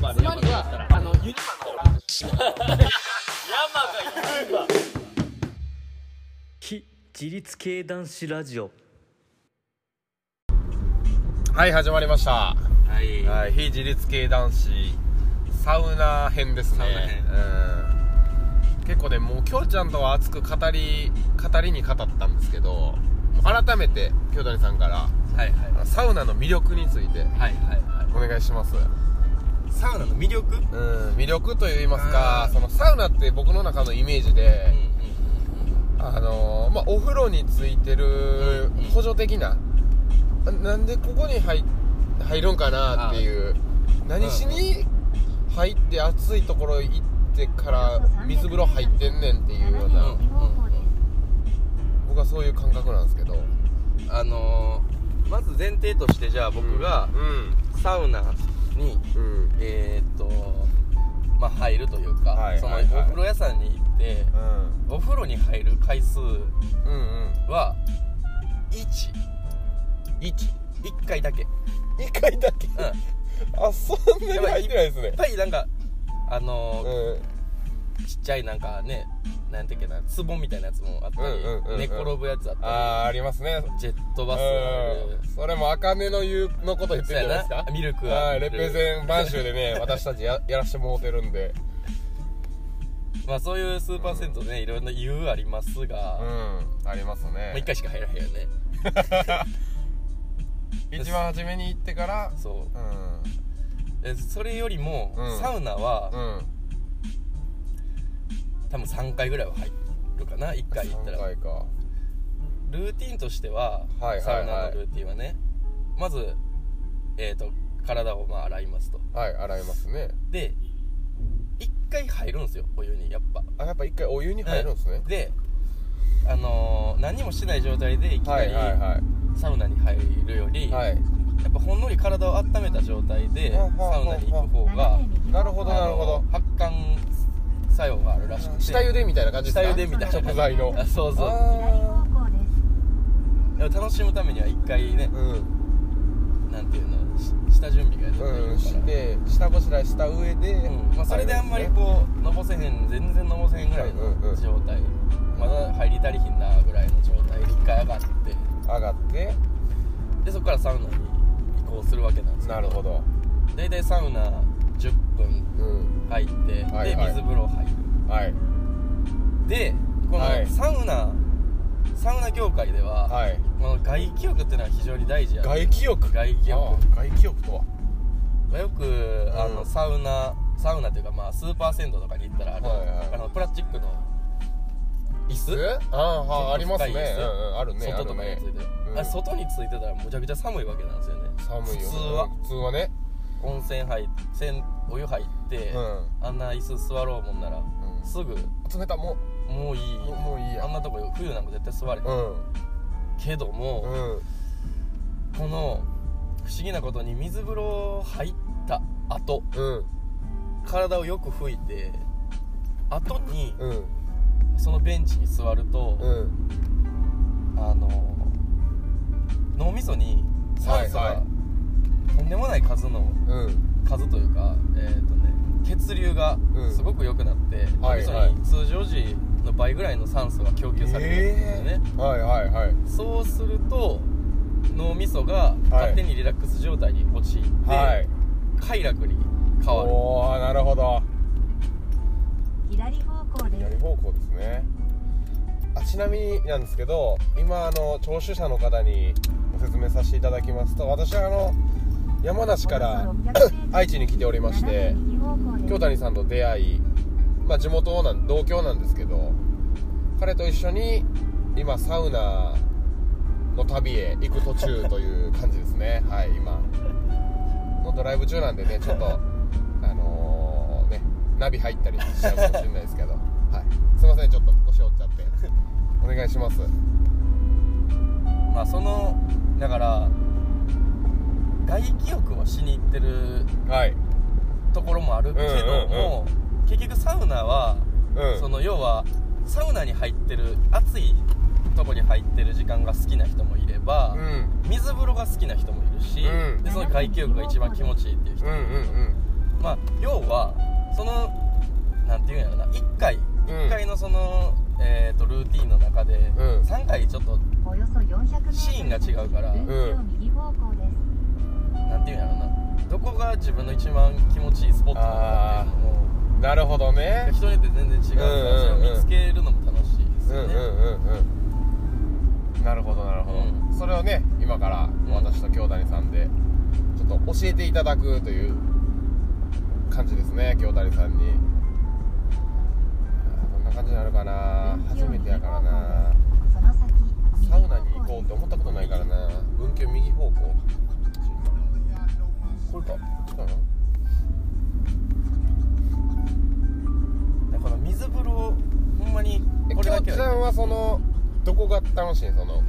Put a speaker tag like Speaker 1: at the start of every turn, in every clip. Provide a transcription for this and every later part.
Speaker 1: ま
Speaker 2: つまりはあのユニ
Speaker 1: 山が言うわ
Speaker 3: 非自律系男子ラジオ
Speaker 4: はい始まりました、
Speaker 2: はい
Speaker 4: はい、非自立系男子サウナ編ですね
Speaker 2: サウナ編
Speaker 4: うん、結構ねもう京ちゃんとは熱く語り語りに語ったんですけどもう改めて京谷さんから
Speaker 2: はいはい
Speaker 4: あのサウナの魅力について
Speaker 2: はいはいは
Speaker 4: お願いします
Speaker 2: いサウナの魅力うん
Speaker 4: うん魅力といいます
Speaker 2: あ
Speaker 4: か
Speaker 2: ー
Speaker 4: そのサウナって僕の中のイメージで、あのーまあ、お風呂についてる
Speaker 2: うんうん
Speaker 4: 補助的な、ななんでここに入入るんかなっていう何しに入って暑いところ行ってから水風呂入ってんねんっていうような、
Speaker 2: うん
Speaker 4: 僕はそういう感覚なんですけど
Speaker 2: あのー、まず前提としてじゃあ僕が
Speaker 4: う
Speaker 2: サウナに
Speaker 4: んうんうん
Speaker 2: えー、っとまあ入るというか、
Speaker 4: はい
Speaker 2: そのお
Speaker 4: はいはい
Speaker 2: 風呂屋さんに行ってお風呂に入る回数
Speaker 4: うんうん
Speaker 2: は11回だけ
Speaker 4: 1回だけ、
Speaker 2: うんや
Speaker 4: あそんなに入ってないですね
Speaker 2: っぱりなんかあのー
Speaker 4: うん
Speaker 2: ちっちゃいなんかねなんていうっけな壺みたいなやつもあったり、
Speaker 4: うんうんうんうん
Speaker 2: 寝転ぶやつあったり
Speaker 4: あーありますね
Speaker 2: ジェットバス
Speaker 4: うんそれも茜の言うのこと言ってるじゃないです
Speaker 2: そうや
Speaker 4: か
Speaker 2: なミルクは
Speaker 4: はいレプゼン満州 でね私たちややらしてもうてるんで
Speaker 2: まあそういうスーパー銭湯でねいろんな理由あります
Speaker 4: う
Speaker 2: が、
Speaker 4: ん
Speaker 2: も
Speaker 4: ありますね
Speaker 2: う一回しか入らへんよね
Speaker 4: 一番初めに行ってから
Speaker 2: そう
Speaker 4: うん
Speaker 2: えそれよりも、
Speaker 4: うん
Speaker 2: サウナは、
Speaker 4: うん
Speaker 2: 多分3回ぐらいは入るかな1回行った
Speaker 4: 3
Speaker 2: ら
Speaker 4: 回か
Speaker 2: ルーティンとしては,、
Speaker 4: はいはいはい
Speaker 2: サウナのルーティンはねまずえっ、と体をまあ洗いますと
Speaker 4: はい洗いますね
Speaker 2: で1回入るんですよお湯にやっぱ
Speaker 4: あやっぱ一回お湯に入るんですね
Speaker 2: であのー何もしない状態でいきな
Speaker 4: は
Speaker 2: り
Speaker 4: いはいは
Speaker 2: サウナに入るより、
Speaker 4: いはい
Speaker 2: やっぱほんのり体を温めた状態でサ
Speaker 4: はあはあ
Speaker 2: ウナに行く方が
Speaker 4: なるほどなるほ
Speaker 2: あ
Speaker 4: ど
Speaker 2: のー発汗作用があるらしくて
Speaker 4: 下茹でみたいな感じです
Speaker 2: 下
Speaker 4: か
Speaker 2: 茹でみたいな
Speaker 4: 食材の
Speaker 2: あそうそう
Speaker 4: あ
Speaker 2: でも楽しむためには一回ね
Speaker 4: ーうん
Speaker 2: なんていうのし下準備がちょっといるから、
Speaker 4: うんして下ごしらえした上で
Speaker 2: うんまあ、それであんまりこうのぼせへん全然のぼせへんぐらい
Speaker 4: うんうんう
Speaker 2: の
Speaker 4: ん
Speaker 2: 状態まだ入り足りひんなぐらいの状態で一回上がって
Speaker 4: 上がって
Speaker 2: でそこからサウナに移行するわけなんですけ
Speaker 4: なるほど
Speaker 2: 大体サウナ10分
Speaker 4: うん
Speaker 2: 入って、
Speaker 4: はいは
Speaker 2: で
Speaker 4: い
Speaker 2: 水風呂入る
Speaker 4: はい
Speaker 2: でこ
Speaker 4: は
Speaker 2: の
Speaker 4: い
Speaker 2: サウナ、サウナ業界では、
Speaker 4: はい
Speaker 2: この外気浴っていうのは非常に大事や
Speaker 4: 外気浴
Speaker 2: 外気浴
Speaker 4: ああ外気浴とは
Speaker 2: よく、
Speaker 4: ん
Speaker 2: あのサウナサウナっていうか、まあ、スーパー銭湯とかに行ったらあの,、
Speaker 4: はいはい
Speaker 2: あのプラスチックの椅子
Speaker 4: えああはあありますね
Speaker 2: 深い椅子
Speaker 4: うんうんあるね
Speaker 2: 外とかについてる
Speaker 4: あるねうん
Speaker 2: あれ外についてたらむちゃくちゃ寒いわけなんですよね
Speaker 4: 寒いよ
Speaker 2: 普通は
Speaker 4: 普通はね
Speaker 2: 温泉入っ泉お湯入って、
Speaker 4: うん
Speaker 2: あんな椅子座ろうもんなら、
Speaker 4: ん
Speaker 2: すぐ
Speaker 4: 冷たも
Speaker 2: もういい
Speaker 4: もうもういいや
Speaker 2: あんなとこ冬なんか絶対座れへん、
Speaker 4: ううん
Speaker 2: けども、
Speaker 4: うん
Speaker 2: この不思議なことに水風呂入った後
Speaker 4: うん
Speaker 2: 体をよく拭いて後に
Speaker 4: うん
Speaker 2: そのベンチに座ると、
Speaker 4: うん
Speaker 2: あの脳みそに酸素
Speaker 4: はい
Speaker 2: が
Speaker 4: は
Speaker 2: とんでもない数の
Speaker 4: うん
Speaker 2: 数というか、えーとね、血流が
Speaker 4: うん
Speaker 2: すごく良くなって、脳
Speaker 4: は
Speaker 2: み
Speaker 4: い
Speaker 2: そ
Speaker 4: はい
Speaker 2: に通常時の倍ぐらいの酸素が供給されるんですよね、
Speaker 4: はいはいはい
Speaker 2: そうすると脳みそが勝手にリラックス状態に陥って、
Speaker 4: はい
Speaker 2: 快楽に変わる
Speaker 4: おおなるほど
Speaker 1: 左方向で
Speaker 4: 左
Speaker 1: す
Speaker 4: 方向ですねあちなみになんですけど今あの聴取者の方にご説明させていただきますと私はあの山梨から愛知に来ておりまして京谷さんと出会い、まあ、地元なん同郷なんですけど彼と一緒に今サウナの旅へ行く途中という感じですねはい今のドライブ中なんでねちょっとあのーねナビ入ったりしちゃうかもしれないですけど、はい、すいませんちょっと腰折っちゃってお願いします
Speaker 2: まあそのだから外気浴をしに行ってる
Speaker 4: はい
Speaker 2: ところもあるけども、結局サウナは、
Speaker 4: うん
Speaker 2: その要はサウナに入ってる暑いとこに入ってる時間が好きな人もいれば、
Speaker 4: うん
Speaker 2: 水風呂が好きな人もいるし、
Speaker 4: うん
Speaker 2: でその外気浴が一番気持ちいいっていう人
Speaker 4: うんうん
Speaker 2: まあ要はそのなんていうんやろな1回
Speaker 4: ん
Speaker 2: 1回のその、えー、とルーティンの中で、
Speaker 4: うん
Speaker 2: 3回ちょっと
Speaker 1: およそ400
Speaker 2: シーンが違うから
Speaker 1: 運転を右方向です。
Speaker 2: なんていうんやろなどこが自分の一番気持ちいいスポットなのかっていうのも
Speaker 4: なるほどね
Speaker 2: 人によって全然違うから、
Speaker 4: うんうんうん
Speaker 2: それを見つけるのも楽しいです
Speaker 4: うんう
Speaker 2: よ
Speaker 4: ん
Speaker 2: ね、
Speaker 4: うんうんなるほどなるほど、
Speaker 2: う
Speaker 4: それをね今から私と京谷さんでちょっと教えていただくという感じですね京谷さんにあーどんな感じになるかな初めてやからな
Speaker 1: その先、
Speaker 4: サウナに行こうって思ったことないからな運気右方向これか違うの
Speaker 2: でこの水風呂をほんまに
Speaker 4: え
Speaker 2: これだ
Speaker 4: 京
Speaker 2: け
Speaker 4: ち
Speaker 2: は
Speaker 4: ゃんはそのどこが楽しいその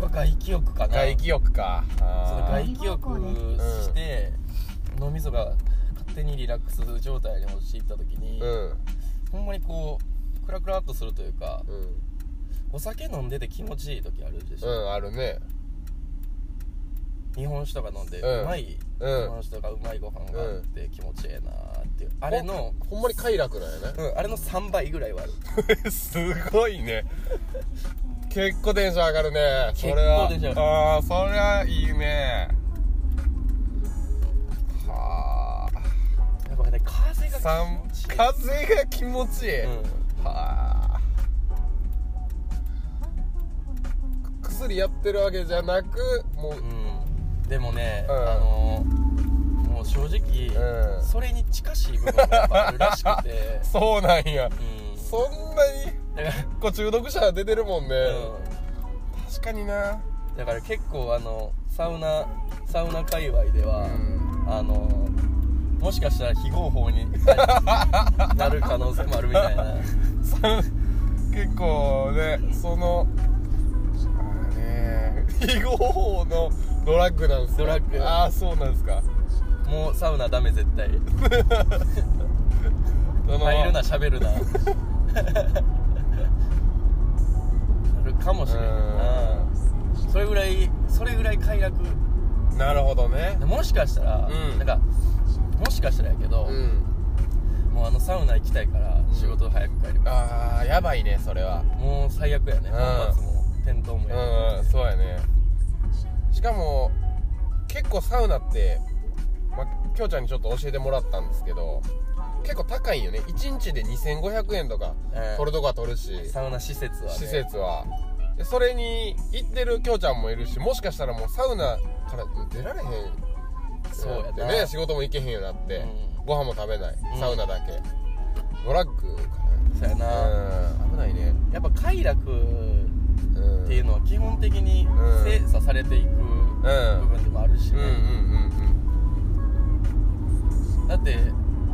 Speaker 2: 僕は外気浴かな
Speaker 4: 外気浴か
Speaker 2: その
Speaker 4: あ
Speaker 2: 外気浴して、脳みそが勝手にリラックス状態に陥った時に、
Speaker 4: ーうん
Speaker 2: ほんまにこうクラクラっとするというか
Speaker 4: うん
Speaker 2: お酒飲んでて気持ちいい時あるでし
Speaker 4: う
Speaker 2: ょ、
Speaker 4: んあるね
Speaker 2: 日本酒とか飲んで、
Speaker 4: うん
Speaker 2: うまい、
Speaker 4: うん
Speaker 2: 日本酒とかうまいご飯があって気持ちええなーっていうあれの
Speaker 4: ほんまに快楽なんや
Speaker 2: うんあれの3倍ぐらいはある
Speaker 4: ねすごいね結構テンション上がるねそれ
Speaker 2: 結
Speaker 4: は
Speaker 2: 構テンション上が
Speaker 4: ああそりゃいいねは
Speaker 2: やばいね風
Speaker 4: あ
Speaker 2: が
Speaker 4: 三
Speaker 2: 気持ちいい
Speaker 4: 風が気持ちいい、
Speaker 2: う
Speaker 4: はあ薬やってるわけじゃなくもう、
Speaker 2: ん、うん、でもね、
Speaker 4: うん
Speaker 2: あのもう正直、
Speaker 4: うん
Speaker 2: それに近しい部分がやっぱあるらしく て
Speaker 4: そうなんや、
Speaker 2: うん
Speaker 4: そんなに
Speaker 2: だか
Speaker 4: 結構中毒者出てるもんね、
Speaker 2: ら、
Speaker 4: 確かにな
Speaker 2: うん、だから結構あのサウナサウナ界隈では、あのもしかしたら非合法に なる可能性もあるみたいな
Speaker 4: その結構ねそのあーね非合法のドラッグなんですか
Speaker 2: ドラッグ
Speaker 4: ああそうなんですか
Speaker 2: もうサウナダメ絶対
Speaker 4: その
Speaker 2: 入るな喋 るななるかもしれんなそれぐらいそれぐらい快楽
Speaker 4: なるほどね
Speaker 2: でもしかしたら、
Speaker 4: うん
Speaker 2: なんかもしかしたらやけど、
Speaker 4: うん
Speaker 2: もうあのサウナ行きたいから仕事早く帰りま
Speaker 4: ああやばいねそれは
Speaker 2: す、もう最悪やね
Speaker 4: うん
Speaker 2: 本末も転倒もやる
Speaker 4: うん、うん、そうやねしかも結構サウナってまあ、きょうちゃんにちょっと教えてもらったんですけど結構高いんよね1日で2500円とか
Speaker 2: うん
Speaker 4: 取るとこは取るし、
Speaker 2: サウナ施設はね
Speaker 4: 施設はでそれに行ってるきょうちゃんもいるしもしかしたらもうサウナから出られへん
Speaker 2: そうや
Speaker 4: っ
Speaker 2: な
Speaker 4: てね仕事も行けへんようになって、
Speaker 2: うん
Speaker 4: ご飯も食べない
Speaker 2: うん
Speaker 4: サウナだけ、ドラッグか
Speaker 2: そうやな、
Speaker 4: なうん危ないね、
Speaker 2: やっぱ快楽
Speaker 4: うん、
Speaker 2: っていうのは基本的に
Speaker 4: うん
Speaker 2: 精査されていく部分でもあるし
Speaker 4: うん
Speaker 2: ね、
Speaker 4: うんうん
Speaker 2: だって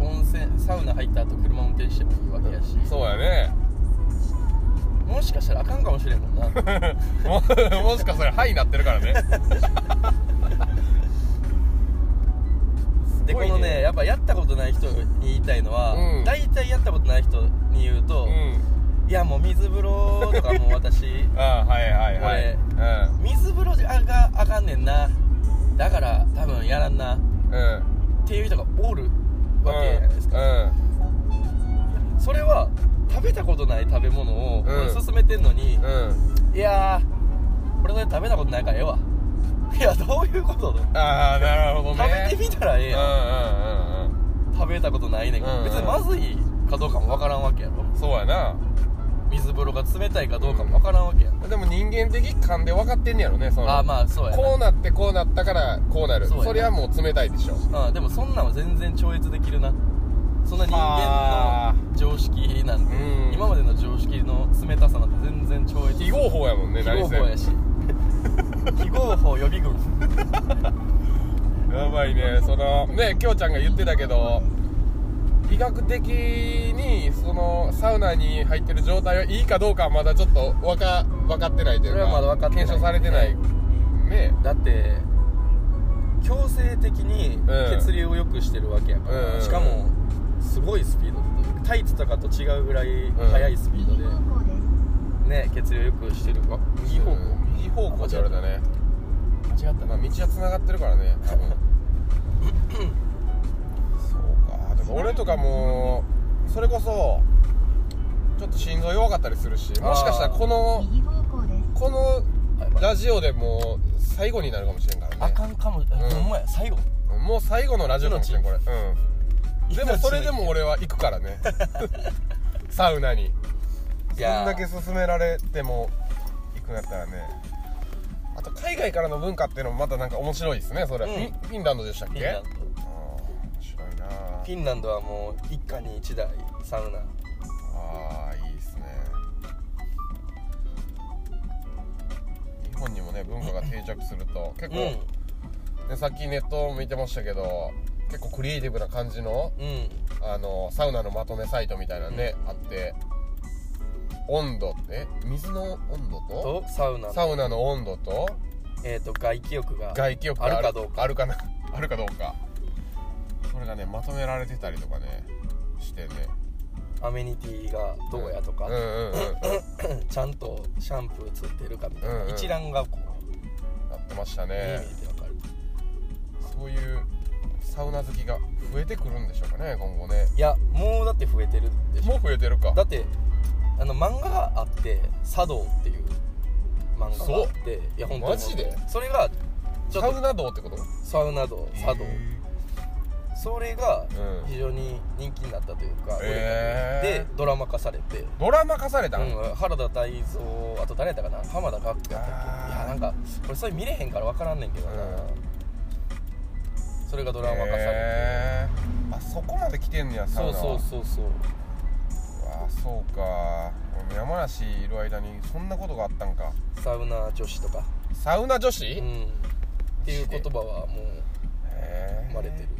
Speaker 2: 温泉サウナ入った後車運転してもいいわけやし
Speaker 4: うんそうやね
Speaker 2: もしかしたらあかんかもしれんもんな
Speaker 4: も もしかそれハイになって るからね
Speaker 2: でこのねやっぱやったことない人に言いたいのは、
Speaker 4: うん
Speaker 2: 大体やったことない人に言う
Speaker 4: ぱ
Speaker 2: と、
Speaker 4: うん
Speaker 2: いやもう水風呂とかもう私
Speaker 4: ああはいはいはい
Speaker 2: 水風呂じゃがあかんねんなだから多分やらんなっ
Speaker 4: うんうん
Speaker 2: ていう人がおるわけじゃないですか、
Speaker 4: うん
Speaker 2: それは食べたことない食べ物を
Speaker 4: うん
Speaker 2: 俺勧めてんのに、
Speaker 4: うん、うん
Speaker 2: いやー俺それ食べたことないからええわいやどういうこと
Speaker 4: ああなるほど
Speaker 2: 食
Speaker 4: ね
Speaker 2: べてみたらええ
Speaker 4: うん
Speaker 2: や
Speaker 4: うんうんう
Speaker 2: ん
Speaker 4: ん
Speaker 2: 食べたことないねんから、
Speaker 4: うんうん
Speaker 2: 別にまずいかどうかもわからんわけやろ
Speaker 4: そうやな
Speaker 2: 水風呂が冷たいかどうかもわからんわけやん、
Speaker 4: でも人間的勘で分かってんねやろねその
Speaker 2: ああまあそうや
Speaker 4: こうなってこうなったからこうなる
Speaker 2: そうや
Speaker 4: そ
Speaker 2: な
Speaker 4: れはもう冷たいでしょ
Speaker 2: な、うん、でもそんなんは全然超越できるなそんな人間
Speaker 4: はあ
Speaker 2: の常識なんて
Speaker 4: うん
Speaker 2: 今までの常識の冷たさなんて全然超越
Speaker 4: 非合法やもんね
Speaker 2: 非合法やし非合法予備軍
Speaker 4: 何せやばいねそのねきょうちゃんが言ってたけど医学的にそのサウナに入ってる状態はいいかどうかはまだちょっと分か分かってないという
Speaker 2: そ
Speaker 4: か
Speaker 2: れはまだ分かってない
Speaker 4: 検証されてないね
Speaker 2: だって強制的に
Speaker 4: うん
Speaker 2: 血流を良くしてるわけやから、
Speaker 4: うんうんうん
Speaker 2: しかもすごいスピードでタイツとかと違うぐらい速いスピードで、
Speaker 1: 右方向です。
Speaker 2: ね血流を良くしてるわ右方向
Speaker 4: うん右方向って言われたね
Speaker 2: 間違った
Speaker 4: まあ道は繋がってるからね多分俺とかもうそれこそちょっと心臓弱かったりするしもしかしたらこの
Speaker 1: 右方向です。
Speaker 4: この
Speaker 2: はいまあ
Speaker 4: ラジオでもう最後になるかもしれんから
Speaker 2: あ
Speaker 4: ね
Speaker 2: かんかも、ほんまや最後
Speaker 4: もう最後のラジオかもしれんこれうんでもそれで
Speaker 2: 命の
Speaker 4: も俺は行くか らねサウナに
Speaker 2: い
Speaker 4: そん
Speaker 2: や
Speaker 4: だけ勧められても行くんやったらねあと海外からの文化っていうのもまたなんか面白いですねそれ、
Speaker 2: うん
Speaker 4: フィンフィンランドでしたっ
Speaker 2: フ
Speaker 4: け
Speaker 2: ィンランド
Speaker 4: あー面白いな
Speaker 2: フィンランドはもう一家に一台サウナ
Speaker 4: あーいいですね日本にもね文化が定着すると結
Speaker 2: う
Speaker 4: 構、
Speaker 2: ん
Speaker 4: ね、さっきネットを見てましたけど結構クリエイティブな感じの
Speaker 2: うん
Speaker 4: あのサウナのまとめサイトみたいなね、あって温度って水の温度と
Speaker 2: とサウナの
Speaker 4: サウナの温度と
Speaker 2: えっ、と外気浴が
Speaker 4: 外気浴が
Speaker 2: あるかどうか
Speaker 4: あるかな あるかどうかそれがねまとめられてたりとかねしてね
Speaker 2: アメニティがどうやとか、
Speaker 4: うんうんうんうん
Speaker 2: ちゃんとシャンプーつってるかみたいな、
Speaker 4: うんうん
Speaker 2: 一覧がこ
Speaker 4: なってました
Speaker 2: う、
Speaker 4: ね
Speaker 2: 見えてわかる
Speaker 4: そういうサウナ好きが増えてくるんでしょうかね今後ね
Speaker 2: いやもうだって増えてるでしょ
Speaker 4: もう増えてるか
Speaker 2: だってあの漫画があって「茶道」っていう漫画があっていや本当に
Speaker 4: マジで
Speaker 2: それがちょ
Speaker 4: サ
Speaker 2: っ
Speaker 4: ウ
Speaker 2: と
Speaker 4: ナ道ってこと
Speaker 2: サウナ道茶道それが
Speaker 4: うん
Speaker 2: 非常に人気になったというか、
Speaker 4: へー
Speaker 2: 売れたでドラマ化されて、
Speaker 4: ドラマ化された、
Speaker 2: うん、原田泰造あと誰やったかな浜田岳やったっ
Speaker 4: あ
Speaker 2: けい
Speaker 4: ー
Speaker 2: やなんか俺それ見れへんから分からんねんけどな、それがドラマ化されて、
Speaker 4: へーあそこまで来てんねやサ
Speaker 2: そう
Speaker 4: ウナは
Speaker 2: そうそうそう
Speaker 4: あそうか俺も山梨いる間にそんなことがあったんか
Speaker 2: サウナ女子とか、
Speaker 4: サウナ女子、
Speaker 2: う
Speaker 4: へ
Speaker 2: ん、っていう言葉はもう
Speaker 4: え
Speaker 2: 生まれてるよね、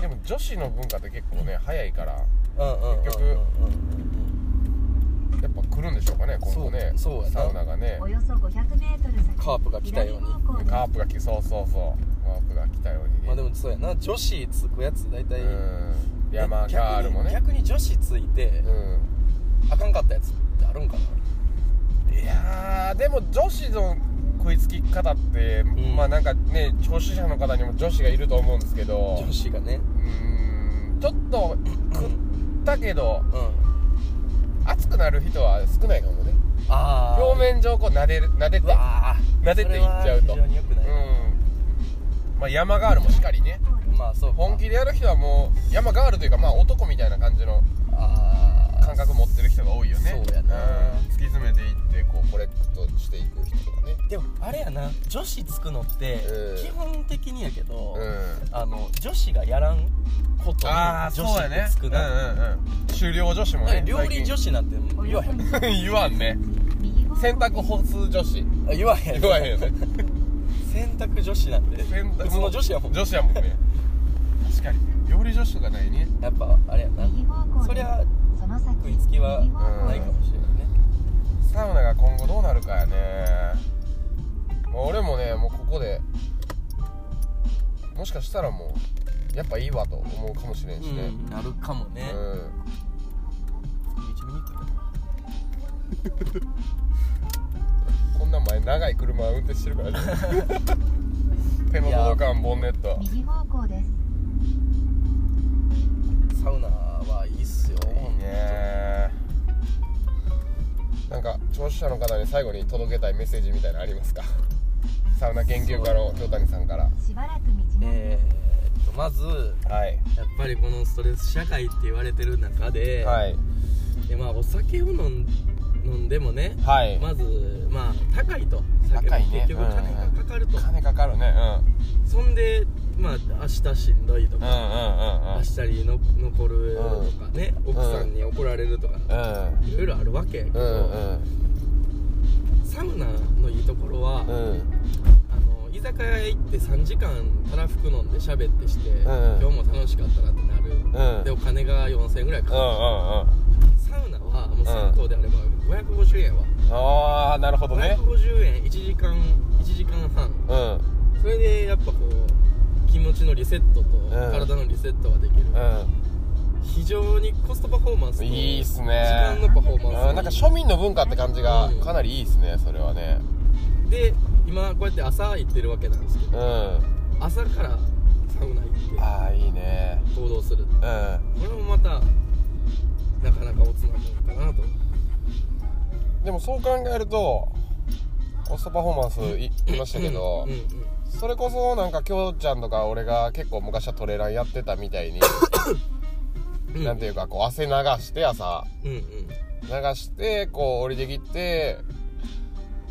Speaker 4: でも女子の文化って結構ね早いから
Speaker 2: うんうんうんうん
Speaker 4: 結局やっぱ来るんでしょうかね今後ね
Speaker 2: そうそうやな
Speaker 4: サウナがね
Speaker 1: およそ500メートル先。
Speaker 2: カープが来たように
Speaker 1: 左方向です。
Speaker 4: カープが来そうそうそうカープが来たようにね
Speaker 2: まあでもそうやな女子つくやつ大体
Speaker 4: うんヤマガールもね
Speaker 2: 逆に逆に女子ついて
Speaker 4: う
Speaker 2: あかんかったやつってあるんかなん
Speaker 4: いやーでも女子の食いつき方って、
Speaker 2: ん
Speaker 4: まあなんかね聴取者の方にも女子がいると思うんですけど
Speaker 2: 女子がね
Speaker 4: うーんちょっと食ったけど
Speaker 2: うん
Speaker 4: 熱くなる人は少ないかもね
Speaker 2: ああ
Speaker 4: 表面上こう撫でる撫でて
Speaker 2: うわー
Speaker 4: 撫でていっちゃうと
Speaker 2: それは非常に良くない、
Speaker 4: うんまあ山ガールもしっかりね
Speaker 2: まあそうか
Speaker 4: 本気でやる人はもう山ガールというかまあ男みたいな感じの
Speaker 2: あー
Speaker 4: 感覚持ってる人が多いよね
Speaker 2: そうやな
Speaker 4: うん突き詰めていってこうコレクトしていく人とかね
Speaker 2: でもあれやな女子つくのって
Speaker 4: うん
Speaker 2: 基本的にやけど、
Speaker 4: うん
Speaker 2: あの女子がやらんことに
Speaker 4: ああ
Speaker 2: 女
Speaker 4: そう
Speaker 2: 子
Speaker 4: や
Speaker 2: って
Speaker 4: ね
Speaker 2: つ
Speaker 4: う
Speaker 2: く
Speaker 4: ん
Speaker 2: な、
Speaker 4: うんうん狩猟女子も
Speaker 2: だから
Speaker 4: ね
Speaker 2: 料理女
Speaker 4: 子
Speaker 2: 子なんて言わへんもん
Speaker 4: 言わんね
Speaker 1: 右方向です
Speaker 4: 洗濯補通女子
Speaker 2: あ言わへん
Speaker 4: 言わへんよ ね
Speaker 2: 洗濯女子なんて
Speaker 4: 洗 濯
Speaker 2: 普通の女子やもん
Speaker 4: 女子やもんね確かに料理女子とかないね
Speaker 2: やっぱあれやな
Speaker 1: 右方向です。
Speaker 2: そりゃ
Speaker 1: その先。
Speaker 2: 食いつきは
Speaker 1: 右方向
Speaker 2: ない
Speaker 1: です
Speaker 2: かもしれないね
Speaker 4: サウナが今後どうなるかやねもう俺もねもうここでもしかしたらもうやっぱいいわと思うかもしれんしね
Speaker 2: うんなるかも
Speaker 4: う
Speaker 2: ね、
Speaker 4: ん
Speaker 2: 一見にくい
Speaker 4: こんなん前長い車運転してるから ね手の届かんボンネット
Speaker 1: 右方向です。
Speaker 2: サウナはいいっすよ
Speaker 4: いいねなんか聴取者の方に最後に届けたいメッセージみたいなのありますかサウナ研究家の京谷さんから
Speaker 1: しばらく道のりです。
Speaker 2: えー、っとまず
Speaker 4: はい
Speaker 2: やっぱりこのストレス社会って言われてる中で,、
Speaker 4: はい
Speaker 2: でまあ、お酒を飲ん飲んでもね、
Speaker 4: はい
Speaker 2: まず、まあ、高いと酒
Speaker 4: 高いね
Speaker 2: 結局金
Speaker 4: うんう
Speaker 2: が
Speaker 4: ん
Speaker 2: かかると、
Speaker 4: 金かかるね
Speaker 2: そんで、まあ、明日しんどいと
Speaker 4: うんう
Speaker 2: か、
Speaker 4: んうんうん
Speaker 2: 明日にの残るとかね、
Speaker 4: ん
Speaker 2: 奥さんに怒られるとか、
Speaker 4: う
Speaker 2: いろいろあるわけやけ
Speaker 4: んう
Speaker 2: ど、
Speaker 4: ん
Speaker 2: サウナのいいところは、
Speaker 4: うんうん
Speaker 2: あの居酒屋行って3時間たらふく飲んで喋ってして、
Speaker 4: ん
Speaker 2: 今日も楽しかったなってなる、
Speaker 4: うん
Speaker 2: でお金が4000円ぐらいか
Speaker 4: う
Speaker 2: か
Speaker 4: ん
Speaker 2: る、
Speaker 4: うん
Speaker 2: サウナはもう銭湯であれば550円は、
Speaker 4: ああなるほどね
Speaker 2: 550円1時間1時間半
Speaker 4: うんうん
Speaker 2: それでやっぱこう気持ちのリセットと
Speaker 4: ん
Speaker 2: 体のリセットができる、非常にコストパフォーマンスと
Speaker 4: いいっすね
Speaker 2: 時間のパフォーマンスもいい
Speaker 4: うんなんか庶民の文化って感じが
Speaker 2: うん
Speaker 4: かなりいいですねそれはね
Speaker 2: で今こうやって朝行ってるわけなんですけ
Speaker 4: う
Speaker 2: ど
Speaker 4: ん
Speaker 2: 朝からサウナ行っ
Speaker 4: ああいいね
Speaker 2: て行動する
Speaker 4: うん
Speaker 2: これもまたなかなかおつなぎかなと
Speaker 4: でもそう考えるとコストパフォーマンスい言いましたけど、
Speaker 2: うんうん
Speaker 4: それこそなんかきょうちゃんとか俺が結構昔はトレランやってたみたいに
Speaker 2: うん
Speaker 4: なんていうかこう汗流して朝
Speaker 2: うんうん
Speaker 4: 流してこう降りてきて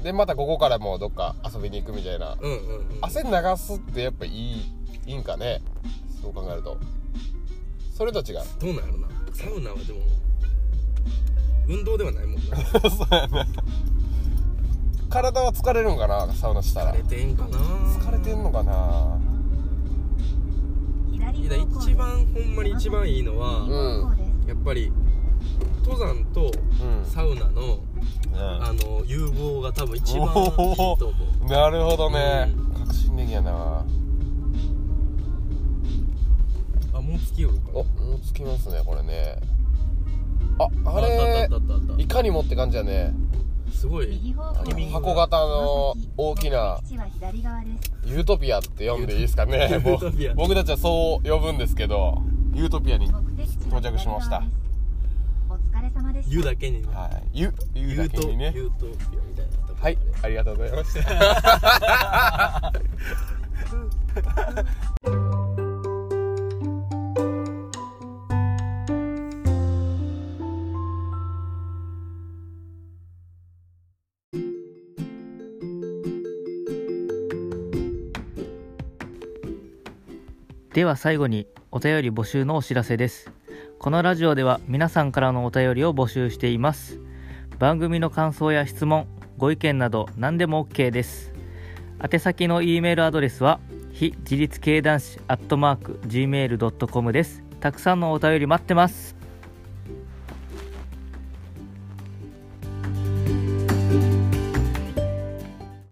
Speaker 4: でまたここからもうどっか遊びに行くみたいな
Speaker 2: うんうんうん
Speaker 4: 汗流すってやっぱいいいいんかねそう考えるとそれと違う
Speaker 2: どうなんやろなサウナはでも運動ではないもん な
Speaker 4: そうやね体は疲れるんかなサウナしたら
Speaker 2: 疲れてんかな
Speaker 4: 疲れてんのかな
Speaker 1: 左
Speaker 2: いや
Speaker 1: 方向です
Speaker 2: 一番ほんまに一番いいのは、
Speaker 4: うん
Speaker 1: 方向です
Speaker 2: やっぱり登山と
Speaker 4: うん
Speaker 2: サウナの、
Speaker 4: うん
Speaker 2: あの融合が多分一番いい
Speaker 4: お
Speaker 2: と思う
Speaker 4: ーなるほどね、
Speaker 2: う
Speaker 4: 革新的やな
Speaker 2: あもうつきよるか
Speaker 4: おもうつきますねこれねあ
Speaker 2: あ
Speaker 4: あれ
Speaker 2: ったあったあったあっ
Speaker 4: いかにもって感じやね
Speaker 2: たすごい
Speaker 1: 右方
Speaker 4: あ
Speaker 1: 向で
Speaker 4: の
Speaker 1: す
Speaker 4: 箱型の大きな
Speaker 1: 基地は左側です
Speaker 4: ユートピアって呼んでいいですかね
Speaker 2: ユートピア
Speaker 4: ぼ僕たちはそう呼ぶんですけどユートピアには
Speaker 1: 目的地は左側
Speaker 4: 到着しました
Speaker 1: ですお疲れ様でした
Speaker 2: 湯だけにね
Speaker 4: いゆゆだけ
Speaker 2: と
Speaker 4: にね
Speaker 2: 湯とピアみたいなとこ
Speaker 4: はいありがとうございました
Speaker 5: では最後にお便り募集のお知らせですこのラジオでは皆さんからのお便りを募集しています番組の感想や質問ご意見など何でも OK です宛先の E メールアドレスは非自立系男子 gmail.com ですたくさんのお便り待ってます